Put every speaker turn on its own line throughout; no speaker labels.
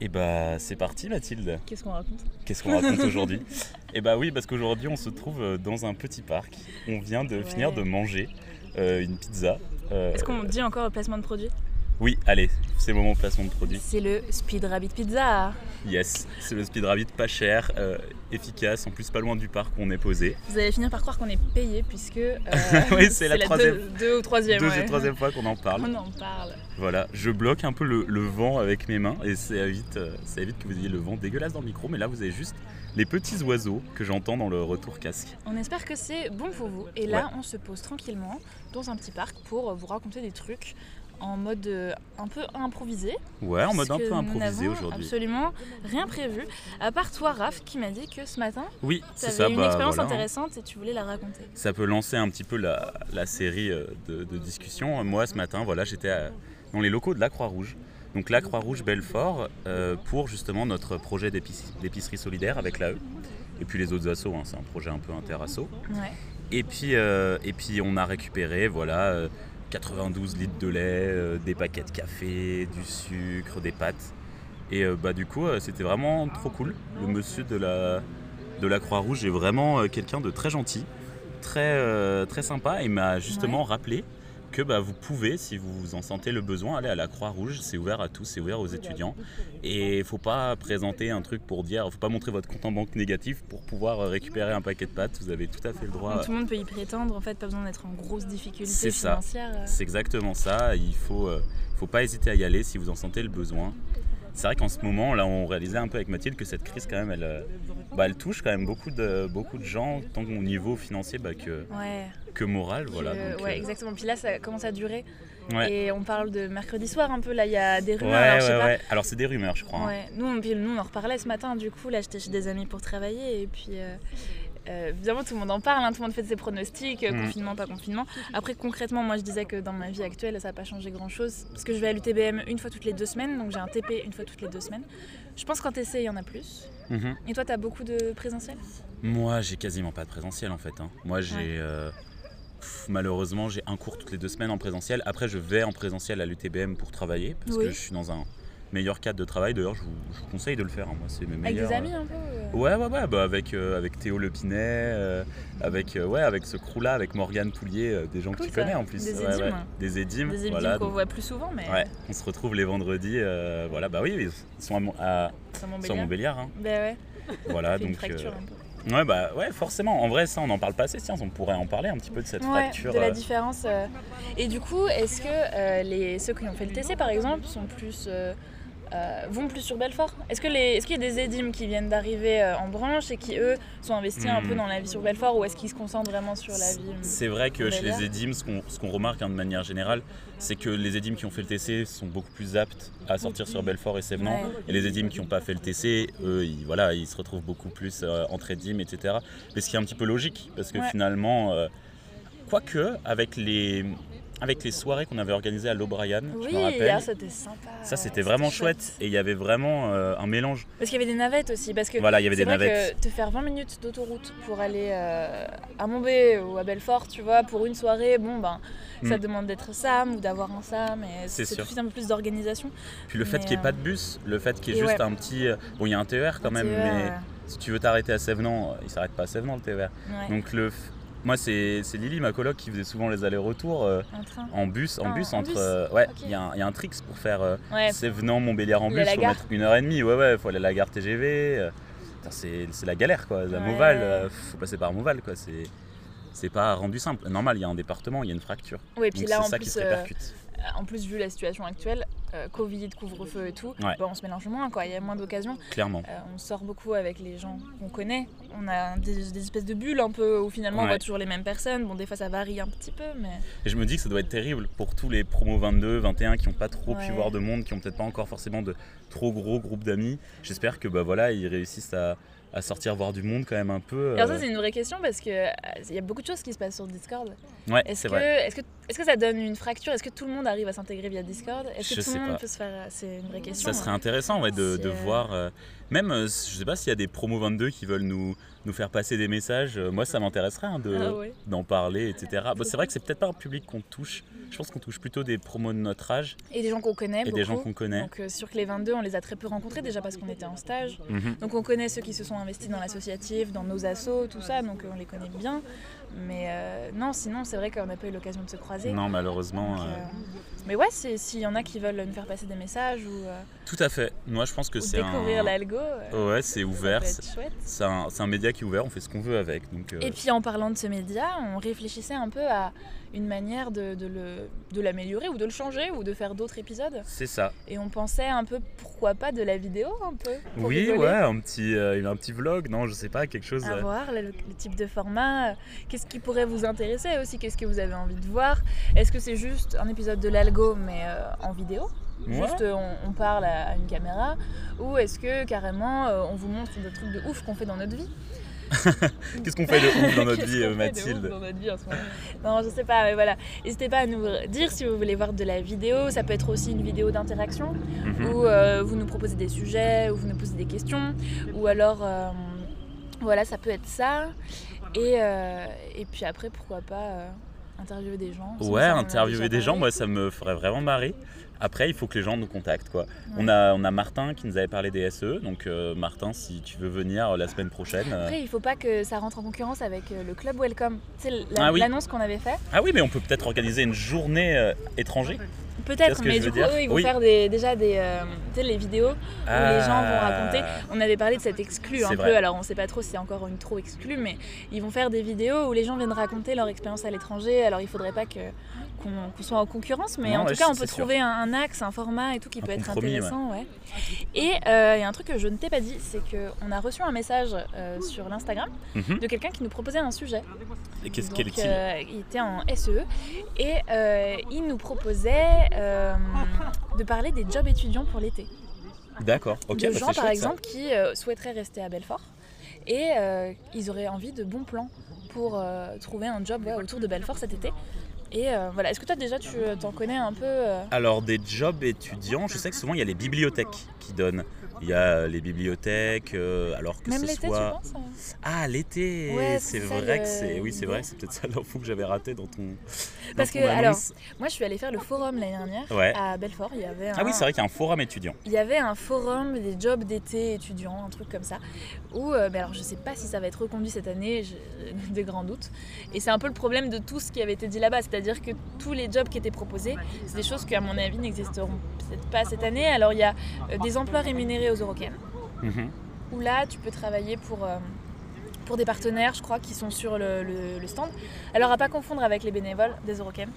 Et bah c'est parti Mathilde.
Qu'est-ce qu'on raconte
Qu'est-ce qu'on raconte aujourd'hui Et bah oui parce qu'aujourd'hui on se trouve euh, dans un petit parc. On vient de
Ouais.
finir de manger euh, une pizza. Euh,
Est-ce qu'on dit encore le placement de produit
Oui, allez, c'est le moment placement de produit.
C'est le Speed Rabbit Pizza.
Yes, c'est le speed rabbit pas cher, euh, efficace, en plus pas loin du parc où on est posé.
Vous allez finir par croire qu'on est payé puisque euh,
Oui, c'est la troisième-
deux, deux ou troisième.
Deux
ouais.
et troisième fois qu'on en parle.
On en parle.
Voilà, je bloque un peu le, le vent avec mes mains et ça évite, euh, ça évite que vous ayez le vent dégueulasse dans le micro, mais là vous avez juste les petits oiseaux que j'entends dans le retour casque.
On espère que c'est bon pour vous. Et là, on se pose tranquillement dans un petit parc pour vous raconter des trucs en mode euh, un peu improvisé.
Ouais, en mode un
puisque
peu
nous
improvisé
n'avons
aujourd'hui.
Absolument rien prévu, à part toi, Raph, qui m'a dit que ce matin,
Oui,
tu
c'est
avais
ça.
une
bah,
expérience
voilà, hein.
intéressante et tu voulais la raconter.
Ça peut lancer un petit peu la, la série euh, de, de discussions. Moi, ce matin, voilà, j'étais à- dans les locaux de la Croix-Rouge. Donc la Croix-Rouge Belfort euh, pour justement notre projet d'épic- d'épicerie solidaire avec l'AE. Et puis les autres assos, hein, c'est un projet un peu inter-assos.
Ouais.
Et puis, euh, et puis on a récupéré voilà, euh, 92 litres de lait, euh, des paquets de café, du sucre, des pâtes. Et euh, bah, du coup, euh, c'était vraiment trop cool. Le monsieur de la, de la Croix-Rouge est vraiment euh, quelqu'un de très gentil, très, euh, très sympa. Il m'a justement rappelé que bah, vous pouvez, si vous en sentez le besoin, aller à la Croix-Rouge. C'est ouvert à tous, c'est ouvert aux étudiants. Et il faut pas présenter un truc pour dire, faut pas montrer votre compte en banque négatif pour pouvoir euh, récupérer un paquet de pâtes. Vous avez tout à fait le droit. euh,
Donc, tout le monde peut y prétendre, en fait, pas besoin d'être en grosse difficulté
C'est ça.
financière. euh.
C'est exactement ça. Il faut, euh, faut pas hésiter à y aller si vous en sentez le besoin. C'est vrai qu'en ce moment, là, on réalisait un peu avec Mathilde que cette crise, quand même, elle, euh, bah, elle touche quand même beaucoup de, beaucoup de gens, tant au niveau financier bah, que,
Ouais,
que moral. Voilà.
que-
Donc,
ouais,
euh,
exactement. Puis là, ça commence à durer.
Ouais.
Et on parle de mercredi soir un peu. Là, il y a des
ouais,
rumeurs. alors, je sais
ouais,
pas.
ouais. Alors, c'est des rumeurs, je crois. hein.
Ouais. Nous, on, puis nous, on en reparlait ce matin. Du coup, là, j'étais chez des amis pour travailler. Et puis, euh, euh, évidemment, tout le monde en parle. hein, tout le monde fait ses pronostics. euh,
Mm.
Confinement, pas confinement. Après, concrètement, moi, je disais que dans ma vie actuelle, ça n'a pas changé grand-chose. Parce que je vais à l'UTBM une fois toutes les deux semaines. Donc, j'ai un TP une fois toutes les deux semaines. Je pense qu'en TC, il y en a plus.
Mhm.
Et toi, t'as beaucoup de présentiel
Moi, j'ai quasiment pas de présentiel en fait. hein. Moi, j'ai.
Ouais.
euh, pff, malheureusement, j'ai un cours toutes les deux semaines en présentiel. Après, je vais en présentiel à l'UTBM pour travailler parce
Oui.
que je suis dans un meilleur cadre de travail. D'ailleurs, je vous, je vous conseille de le faire. hein. Moi, c'est mes
Avec
meilleurs.
des amis un peu euh
Ouais, ouais, ouais, bah avec, euh, avec Théo Lepinet, euh, avec, euh, ouais, avec ce crew-là, avec Morgane Poulier, euh, des gens que
Cool,
tu
ça.
connais en plus.
Des
Ouais,
édimes.
ouais. Des édimes.
Des
voilà,
édimes qu'on
donc-
voit plus souvent, mais
ouais, on se retrouve les vendredis. euh, voilà, bah oui, ils sont à, Mon- à-
ça
sont à
m'embête.
Montbéliard. hein.
Bah ouais,
Voilà,
fait une
donc.
fracture
euh,
un peu.
Ouais, bah ouais, forcément. En vrai, ça, on n'en parle pas assez. Tiens, on pourrait en parler un petit peu de cette
Ouais,
fracture.
de la
euh,
différence. euh. Et du coup, est-ce que euh, les, ceux qui ont fait le TC, par exemple, sont plus, euh, euh, vont plus sur Belfort Est-ce que les- est-ce qu'il y a des édimes qui viennent d'arriver euh, en branche et qui, eux, sont investis un
Hmm.
peu dans la vie sur Belfort ou est-ce qu'ils se concentrent vraiment sur la
C'est-
vie euh,
C'est vrai que chez
Montbéliard.
les édimes, ce qu'on ce qu'on remarque hein, de manière générale, c'est que les édimes qui ont fait le TC sont beaucoup plus aptes à sortir sur Belfort et Sévenant.
Mhm. Ouais.
Et les édimes qui n'ont pas fait le TC, eux, ils, voilà, ils se retrouvent beaucoup plus euh, entre édimes, etc. Mais ce qui est un petit peu logique, parce que
Ouais.
finalement, euh, quoique, avec les, avec les soirées qu'on avait organisées à l'O'Brien,
Oui,
je me rappelle,
hier, c'était sympa.
ça
ouais,
c'était vraiment chouette. et il y avait vraiment euh, un mélange.
Parce qu'il y avait des navettes aussi, parce que
Voilà, il y avait des
C'est vrai
navettes.
que te faire 20 minutes d'autoroute pour aller euh, à Montbé ou à Belfort, tu vois, pour une soirée, bon ben, ça
Mm.
demande d'être Sam ou d'avoir un Sam, et
C'est
c'est tout
sûr.
de suite un peu plus d'organisation.
Puis le fait
Mais,
qu'il n'y ait
euh,
pas de bus, le fait qu'il y ait
et
juste
ouais. E
un petit. euh, Bon, il y a un TER quand même,
Tu euh, vois,
mais si tu veux t'arrêter à Sévenant, euh, il s'arrête pas à Sévenant le TER.
euh, ouais,
Donc le. f- Moi, c'est c'est Lily, ma coloc, qui faisait souvent les allers-retours euh,
un train.
en bus, en
Ah,
bus
en
entre.
bus.
euh, ouais,
Ok.
il y, a un- il y a un tricks pour faire euh,
Ouais,
Sévenant, Montbéliard en
Il y a
bus,
la
faut
gare.
mettre une heure et demie. Ouais, ouais, faut aller à la gare TGV. euh, putain, C'est c'est la galère quoi. À
Ouais.
Mauval, euh, faut passer par Mauval quoi. C'est c'est pas rendu simple. Normal, il y a un département, il y a une fracture.
ouais, puis
Donc
là
c'est
en
ça qui
plus,
se
euh,
répercute.
en plus vu la situation actuelle, euh, Covid, couvre-feu et tout,
Ouais.
bah, on se mélange moins quoi, il y a moins d'occasions.
Clairement.
Euh, on sort beaucoup avec les gens qu'on connaît, on a des, des espèces de bulles un peu où finalement on
Ouais.
voit toujours les mêmes personnes, bon des fois ça varie un petit peu, mais
Et je me dis que ça doit être terrible pour tous les promos 22, 21 qui n'ont pas trop pu
Ouais.
voir de monde, qui n'ont peut-être pas encore forcément de trop gros groupes d'amis. J'espère que bah voilà, ils réussissent à, à sortir voir du monde quand même un peu.
Alors
euh,
ça c'est une vraie question parce que euh, il y a beaucoup de choses qui se passent sur Discord.
ouais,
Est-ce
c'est
que
vrai.
est-ce que Est-ce que ça donne une fracture Est-ce que tout le monde arrive à s'intégrer via Discord Est-ce
Je
que tout
sais
le monde
pas.
peut se faire euh, C'est une vraie question. hein.
Ça serait intéressant ouais, de,
C'est,
de
euh,
voir. euh, même, euh, je sais pas s'il y a des promos 22 qui veulent nous, nous faire passer des messages. Euh, Moi, ça m'intéresserait hein, de-
hein. Ah ouais.
d'en parler, etc. Bon, c'est vrai que c'est peut-être pas un public qu'on touche. Je pense qu'on touche plutôt des promos de notre âge
Et des gens qu'on connaît.
et
beaucoup.
des gens qu'on connaît.
Donc euh, sûr que les 22, on les a très peu rencontrés déjà parce qu'on était en stage.
Mhm.
Donc on connaît ceux qui se sont investis dans l'associatif, dans nos assos, tout ça, donc euh, on les connaît bien. Mais euh, non, sinon c'est vrai qu'on n'a pas eu l'occasion de se croiser.
Non, malheureusement.
Donc,
euh,
euh, Mais ouais, c'est- s'il y en a qui veulent nous faire passer des messages ou, euh,
Tout à fait. Moi, je pense que
ou
c'est un.
découvrir l'algo, euh,
Ouais, c'est
ça
ouvert.
peut
c'est-
être chouette.
C'est un, c'est un média qui est ouvert, on fait ce qu'on veut avec. Donc, euh,
Et puis en parlant de ce média, on réfléchissait un peu à une manière de, de le- de l'améliorer ou de le changer ou de faire d'autres épisodes.
c'est ça.
Et on pensait un peu pourquoi pas de la vidéo un peu. pour
Oui,
rigoler. Ah
ouais, un petit, euh, un petit vlog, non, je sais pas, quelque chose.
à
euh,
voir le, le type de format, euh, qu'est-ce qui pourrait vous intéresser aussi, qu'est-ce que vous avez envie de voir. Est-ce que c'est juste un épisode de l'algo mais euh, en vidéo
ouais.
Juste euh, on, on parle à, à une caméra Ou est-ce que carrément euh, on vous montre des trucs de ouf qu'on fait dans notre vie
Qu'est-ce qu'on fait de ouf dans notre
Qu'est-ce
vie, euh,
qu'on fait de ouf
Mathilde
dans notre vie en ce moment Non, je sais pas, mais voilà. N'hésitez pas à nous dire si vous voulez voir de la vidéo. Ça peut être aussi une vidéo d'interaction
Mhm.
où euh, vous nous proposez des sujets, où vous nous posez des questions, ou alors euh, voilà, ça peut être ça. Et, euh, et puis après, pourquoi pas euh, interviewer des gens.
Ouais, interviewer des gens,
moi.
moi ça me ferait vraiment marrer. Après, il faut que les gens nous contactent quoi. On, a, on a Martin qui nous avait parlé des SE, donc euh, Martin, si tu veux venir euh, la semaine prochaine. euh,
Après, il faut pas que ça rentre en concurrence avec euh, le club Welcome. C'est
Ah oui.
l'annonce qu'on avait fait.
Ah oui, mais on peut peut-être organiser une journée euh, étranger.
Peut-être,
ce que
mais
je
du
veux
coup,
dire
eux, ils vont
Oui.
faire des- déjà des, euh, tu sais, les vidéos. les gens vont raconter.
Ah.
On avait parlé de cette exclue un
C'est
peu,
vrai.
alors on sait pas trop si c'est encore une trop exclue, mais ils vont faire des vidéos où les gens viennent raconter leur expérience à l'étranger. Alors il faudrait pas que qu'on qu'on soit en concurrence, mais
Non,
en tout
ouais,
cas on
c'est
peut
sûr.
trouver un, un axe, un format et tout qui
Un
peut être
compromis, ouais.
intéressant, ouais. Et euh, il y a un truc que je ne t'ai pas dit, c'est que on a reçu un message euh, sur l'Instagram
Mhm.
de quelqu'un qui nous proposait un sujet.
Et Qu'est-ce
Donc,
qu'elle est-il
euh, Il était en SEE et euh, il nous proposait euh, de parler des jobs étudiants pour l'été
D'accord, ok.
de
bah,
gens
c'est
par
chouette, ça.
exemple qui euh, souhaiteraient rester à Belfort et euh, ils auraient envie de bons plans pour euh, trouver un job ouais, autour de Belfort cet été. Et euh, voilà, est-ce que toi déjà tu euh, t'en connais un peu euh,
Alors des jobs étudiants, je sais que souvent il y a les bibliothèques qui donnent. Il y a euh, les bibliothèques, euh, alors que
Même
ce
l'été
soit
tu penses euh
ah l'été,
Ouais,
c'est
c'est ça,
vrai
le-
que c'est oui c'est vrai que c'est peut-être ça l'info que j'avais raté dans ton dans
Parce
ton
que, alors,
annonce.
Moi je suis allée faire le forum l'année dernière
ouais
à Belfort, il y avait un,
ah oui c'est vrai qu'il y a un forum étudiant.
il y avait un forum des jobs d'été étudiants, un truc comme ça, où, euh, mais alors je sais pas si ça va être reconduit cette année, je- de grands doutes, et c'est un peu le problème de tout ce qui avait été dit là-bas, c'est-à-dire que tous les jobs qui étaient proposés, c'est des choses qui à mon avis n'existeront peut-être pas cette année, alors il y a euh, des emplois rémunérés aux Eurocaines
Mhm.
où là tu peux travailler pour, euh, pour des partenaires, je crois, qui sont sur le, le- le stand. Alors à pas confondre avec les bénévoles des Eurochem,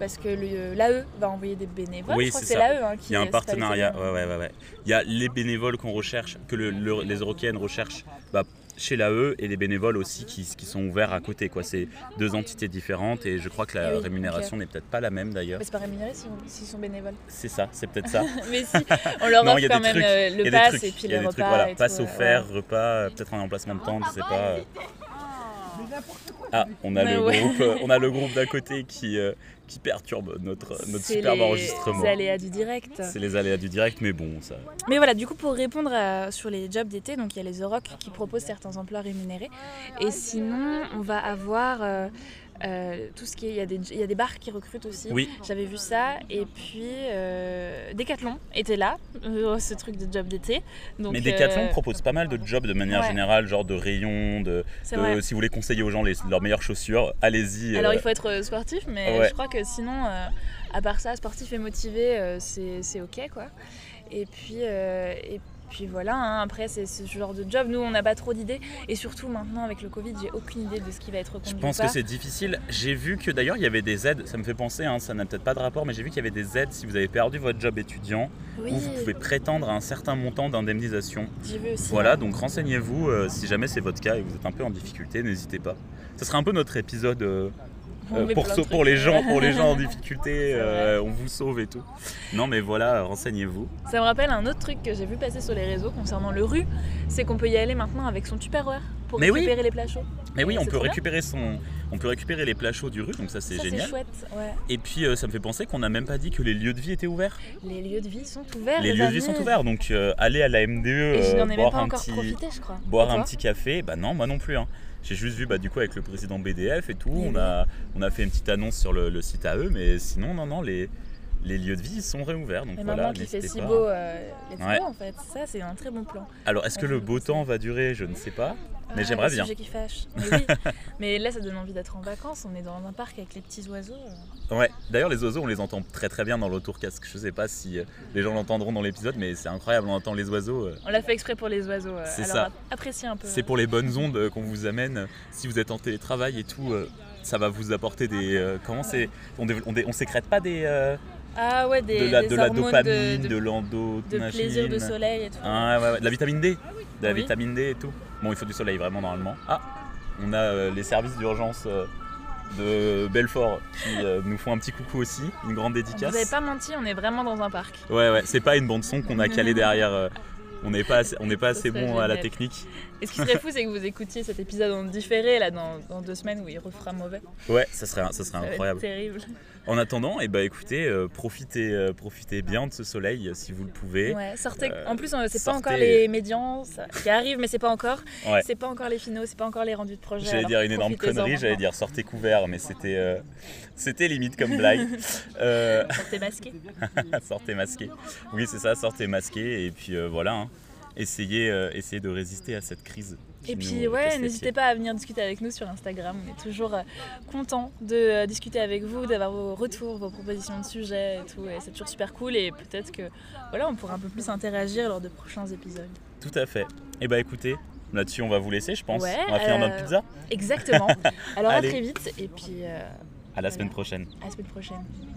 parce que le- l'AE va envoyer des bénévoles.
Oui,
je crois que
c'est
c'est
ça.
l'AE hein, qui
Il y a un
c'est pas les
partenariat,
Européens.
ouais, ouais, ouais, ouais. Il y a les bénévoles qu'on recherche, que le- le- les Eurocaines recherchent bah, chez l'AE et les bénévoles aussi qui, qui sont ouverts à côté. quoi. C'est deux entités différentes et je crois que
Ah
la
oui, ok.
rémunération n'est peut-être pas la même d'ailleurs.
Mais c'est pas rémunéré s'ils s'ils sont bénévoles.
C'est ça, c'est peut-être ça.
Mais si, on leur
Non,
offre
il y a
quand
des
même
trucs,
euh,
Il y
le
a
pass
des trucs,
et puis
il y a
le
des
repas.
trucs, voilà,
et
passe
tout, ouais.
offert, repas, euh, peut-être un emplacement de tente, je sais pas. euh. Ah, on a,
Mais
le
ouais.
groupe, euh, on a le groupe d'à côté qui, euh, qui perturbe notre, euh, notre
C'est
superbe
les
enregistrement.
aléas du direct.
C'est les aléas du direct, mais bon, ça.
Mais voilà, du coup, pour répondre à- sur les jobs d'été, donc il y a les Euroc qui proposent certains emplois rémunérés. Et sinon, on va avoir euh, euh, tout ce qui est. Il y, a des- il y a des bars qui recrutent aussi.
Oui,
J'avais vu ça. Et puis, euh, Decathlon était là, euh, ce truc de job d'été. Donc,
mais Decathlon
euh,
propose pas mal de jobs de manière
ouais.
générale, genre de rayons, de,
c'est
de-
vrai.
si vous voulez conseiller aux gens les- leurs meilleures chaussures, allez-y. euh,
Alors, il faut être euh, sportif, mais
Ouais.
je crois que sinon, euh, à part ça, sportif et motivé, euh, c'est c'est OK, quoi. Et puis... euh, et puis voilà, hein, après c'est ce genre de job, nous on n'a pas trop d'idées et surtout maintenant avec le Covid j'ai aucune idée de ce qui va être reconduit
Je
ou
pense
pas.
que c'est difficile. J'ai vu que d'ailleurs il y avait des aides, ça me fait penser, hein, ça n'a peut-être pas de rapport, mais j'ai vu qu'il y avait des aides si vous avez perdu votre job étudiant
Oui,
ou vous pouvez prétendre à un certain montant d'indemnisation.
j'ai vu aussi. hein.
Voilà, donc renseignez-vous euh, si jamais c'est votre cas et que vous êtes un peu en difficulté, n'hésitez pas. Ce sera un peu notre épisode euh,
On
euh,
met
pour,
plein de
sau-
trucs.
pour les gens, pour les gens en difficulté,
C'est vrai.
euh, on vous sauve et tout. Non mais voilà, euh, renseignez-vous.
Ça me rappelle un autre truc que j'ai vu passer sur les réseaux concernant le rue, c'est qu'on peut y aller maintenant avec son Tupperware. pour
Mais oui.
récupérer les plats chauds.
Mais oui,
Et
on
Ah, c'est
peut
trop bien.
récupérer son, on peut récupérer les plats chauds du rue, donc ça c'est
Ça,
génial.
chouette, ouais.
Et puis euh, ça me fait penser qu'on n'a même pas dit que les lieux de vie étaient ouverts.
Les lieux de vie sont ouverts.
les lieux de vie sont
amis.
ouverts, donc euh, aller à la MDE,
Ah, Et je
euh,
n'en ai même
boire
pas
un
encore
petit,
profité, je crois.
boire
Et
un
toi
petit café, bah non, moi non plus. hein. J'ai juste vu, bah du coup avec le président BDF et tout,
Eh Oui,
on a, on a fait une petite annonce sur le, le site à eux, mais sinon non non les, les lieux de vie ils sont réouverts, donc
Mais
voilà.
maintenant qu'il
n'hésitez
fait si
pas.
beau, euh, let's
Ouais.
go, en fait. Ça, c'est un très bon plan.
Alors est-ce que
Ouais,
le
je
beau
sais.
temps va durer Je ne sais pas. Mais
Ah,
j'aimerais
le
bien.
sujet qui fâche. Mais, oui. Mais là, ça donne envie d'être en vacances. On est dans un parc avec les petits oiseaux. euh.
Ouais. D'ailleurs les oiseaux on les entend très très bien dans l'autour casque. Je sais pas si euh, les gens l'entendront dans l'épisode, mais c'est incroyable, on entend les oiseaux. euh,
On l'a fait exprès pour les oiseaux. euh,
C'est
Alors,
ça.
appréciez un peu.
C'est pour les bonnes ondes euh, qu'on vous amène. Si vous êtes en télétravail et tout, euh, ça va vous apporter des. euh, comment c'est on, dév- on, dé- on sécrète pas des. euh,
Ah ouais, des,
de la,
des
de la
hormones
dopamine, de,
de, de-
l'endo,
de plaisir de soleil et tout.
de la vitamine D. De la
Oui.
vitamine D et tout. Bon, il faut du soleil vraiment normalement. Ah, on a euh, les services d'urgence euh, de Belfort qui euh, nous font un petit coucou aussi, une grande
Vous
dédicace.
avez pas menti, on est vraiment dans un parc.
Ouais, ouais, c'est pas une bande son qu'on a calée derrière. euh, on n'est pas assez, on n'est pas
Ça
assez bon
serait
à la
génial.
technique.
Et ce qui serait fou, c'est que vous écoutiez cet épisode en différé, là, dans, dans deux semaines où il refera mauvais.
Ouais, ça serait, ça serait
Ça va être
incroyable.
terrible.
En attendant, eh ben, écoutez, euh, profitez, euh, profitez bien de ce soleil euh, si vous le pouvez.
Ouais, sortez.
euh,
en plus, euh, c'est
sortez-
pas encore les médians ça- qui arrivent, mais c'est pas encore.
Ouais.
C'est pas encore les finaux, c'est pas encore les rendus de projet.
J'allais
alors
dire une énorme
profitez-en
connerie, j'allais
maintenant.
dire sortez couvert, mais c'était euh, c'était limite comme blague. Euh,
Sortez masqué.
sortez masqué. Oui, c'est ça, sortez masqué. Et puis euh, voilà, hein. essayez, euh, essayez de résister à cette crise. euh, qui
Et puis
nous casse
ouais,
les
n'hésitez
pieds.
pas à venir discuter avec nous sur Instagram. On est toujours euh, content de euh, discuter avec vous, d'avoir vos retours, vos propositions de sujets et tout. Et c'est toujours super cool. Et peut-être que voilà, on pourra un peu plus interagir lors de prochains épisodes.
Tout à fait. Et bah écoutez, là-dessus, on va vous laisser, je pense.
Ouais,
on va finir notre
euh,
pizza.
Exactement. Alors à
Allez.
très vite et puis euh,
À la semaine prochaine.
à la semaine prochaine.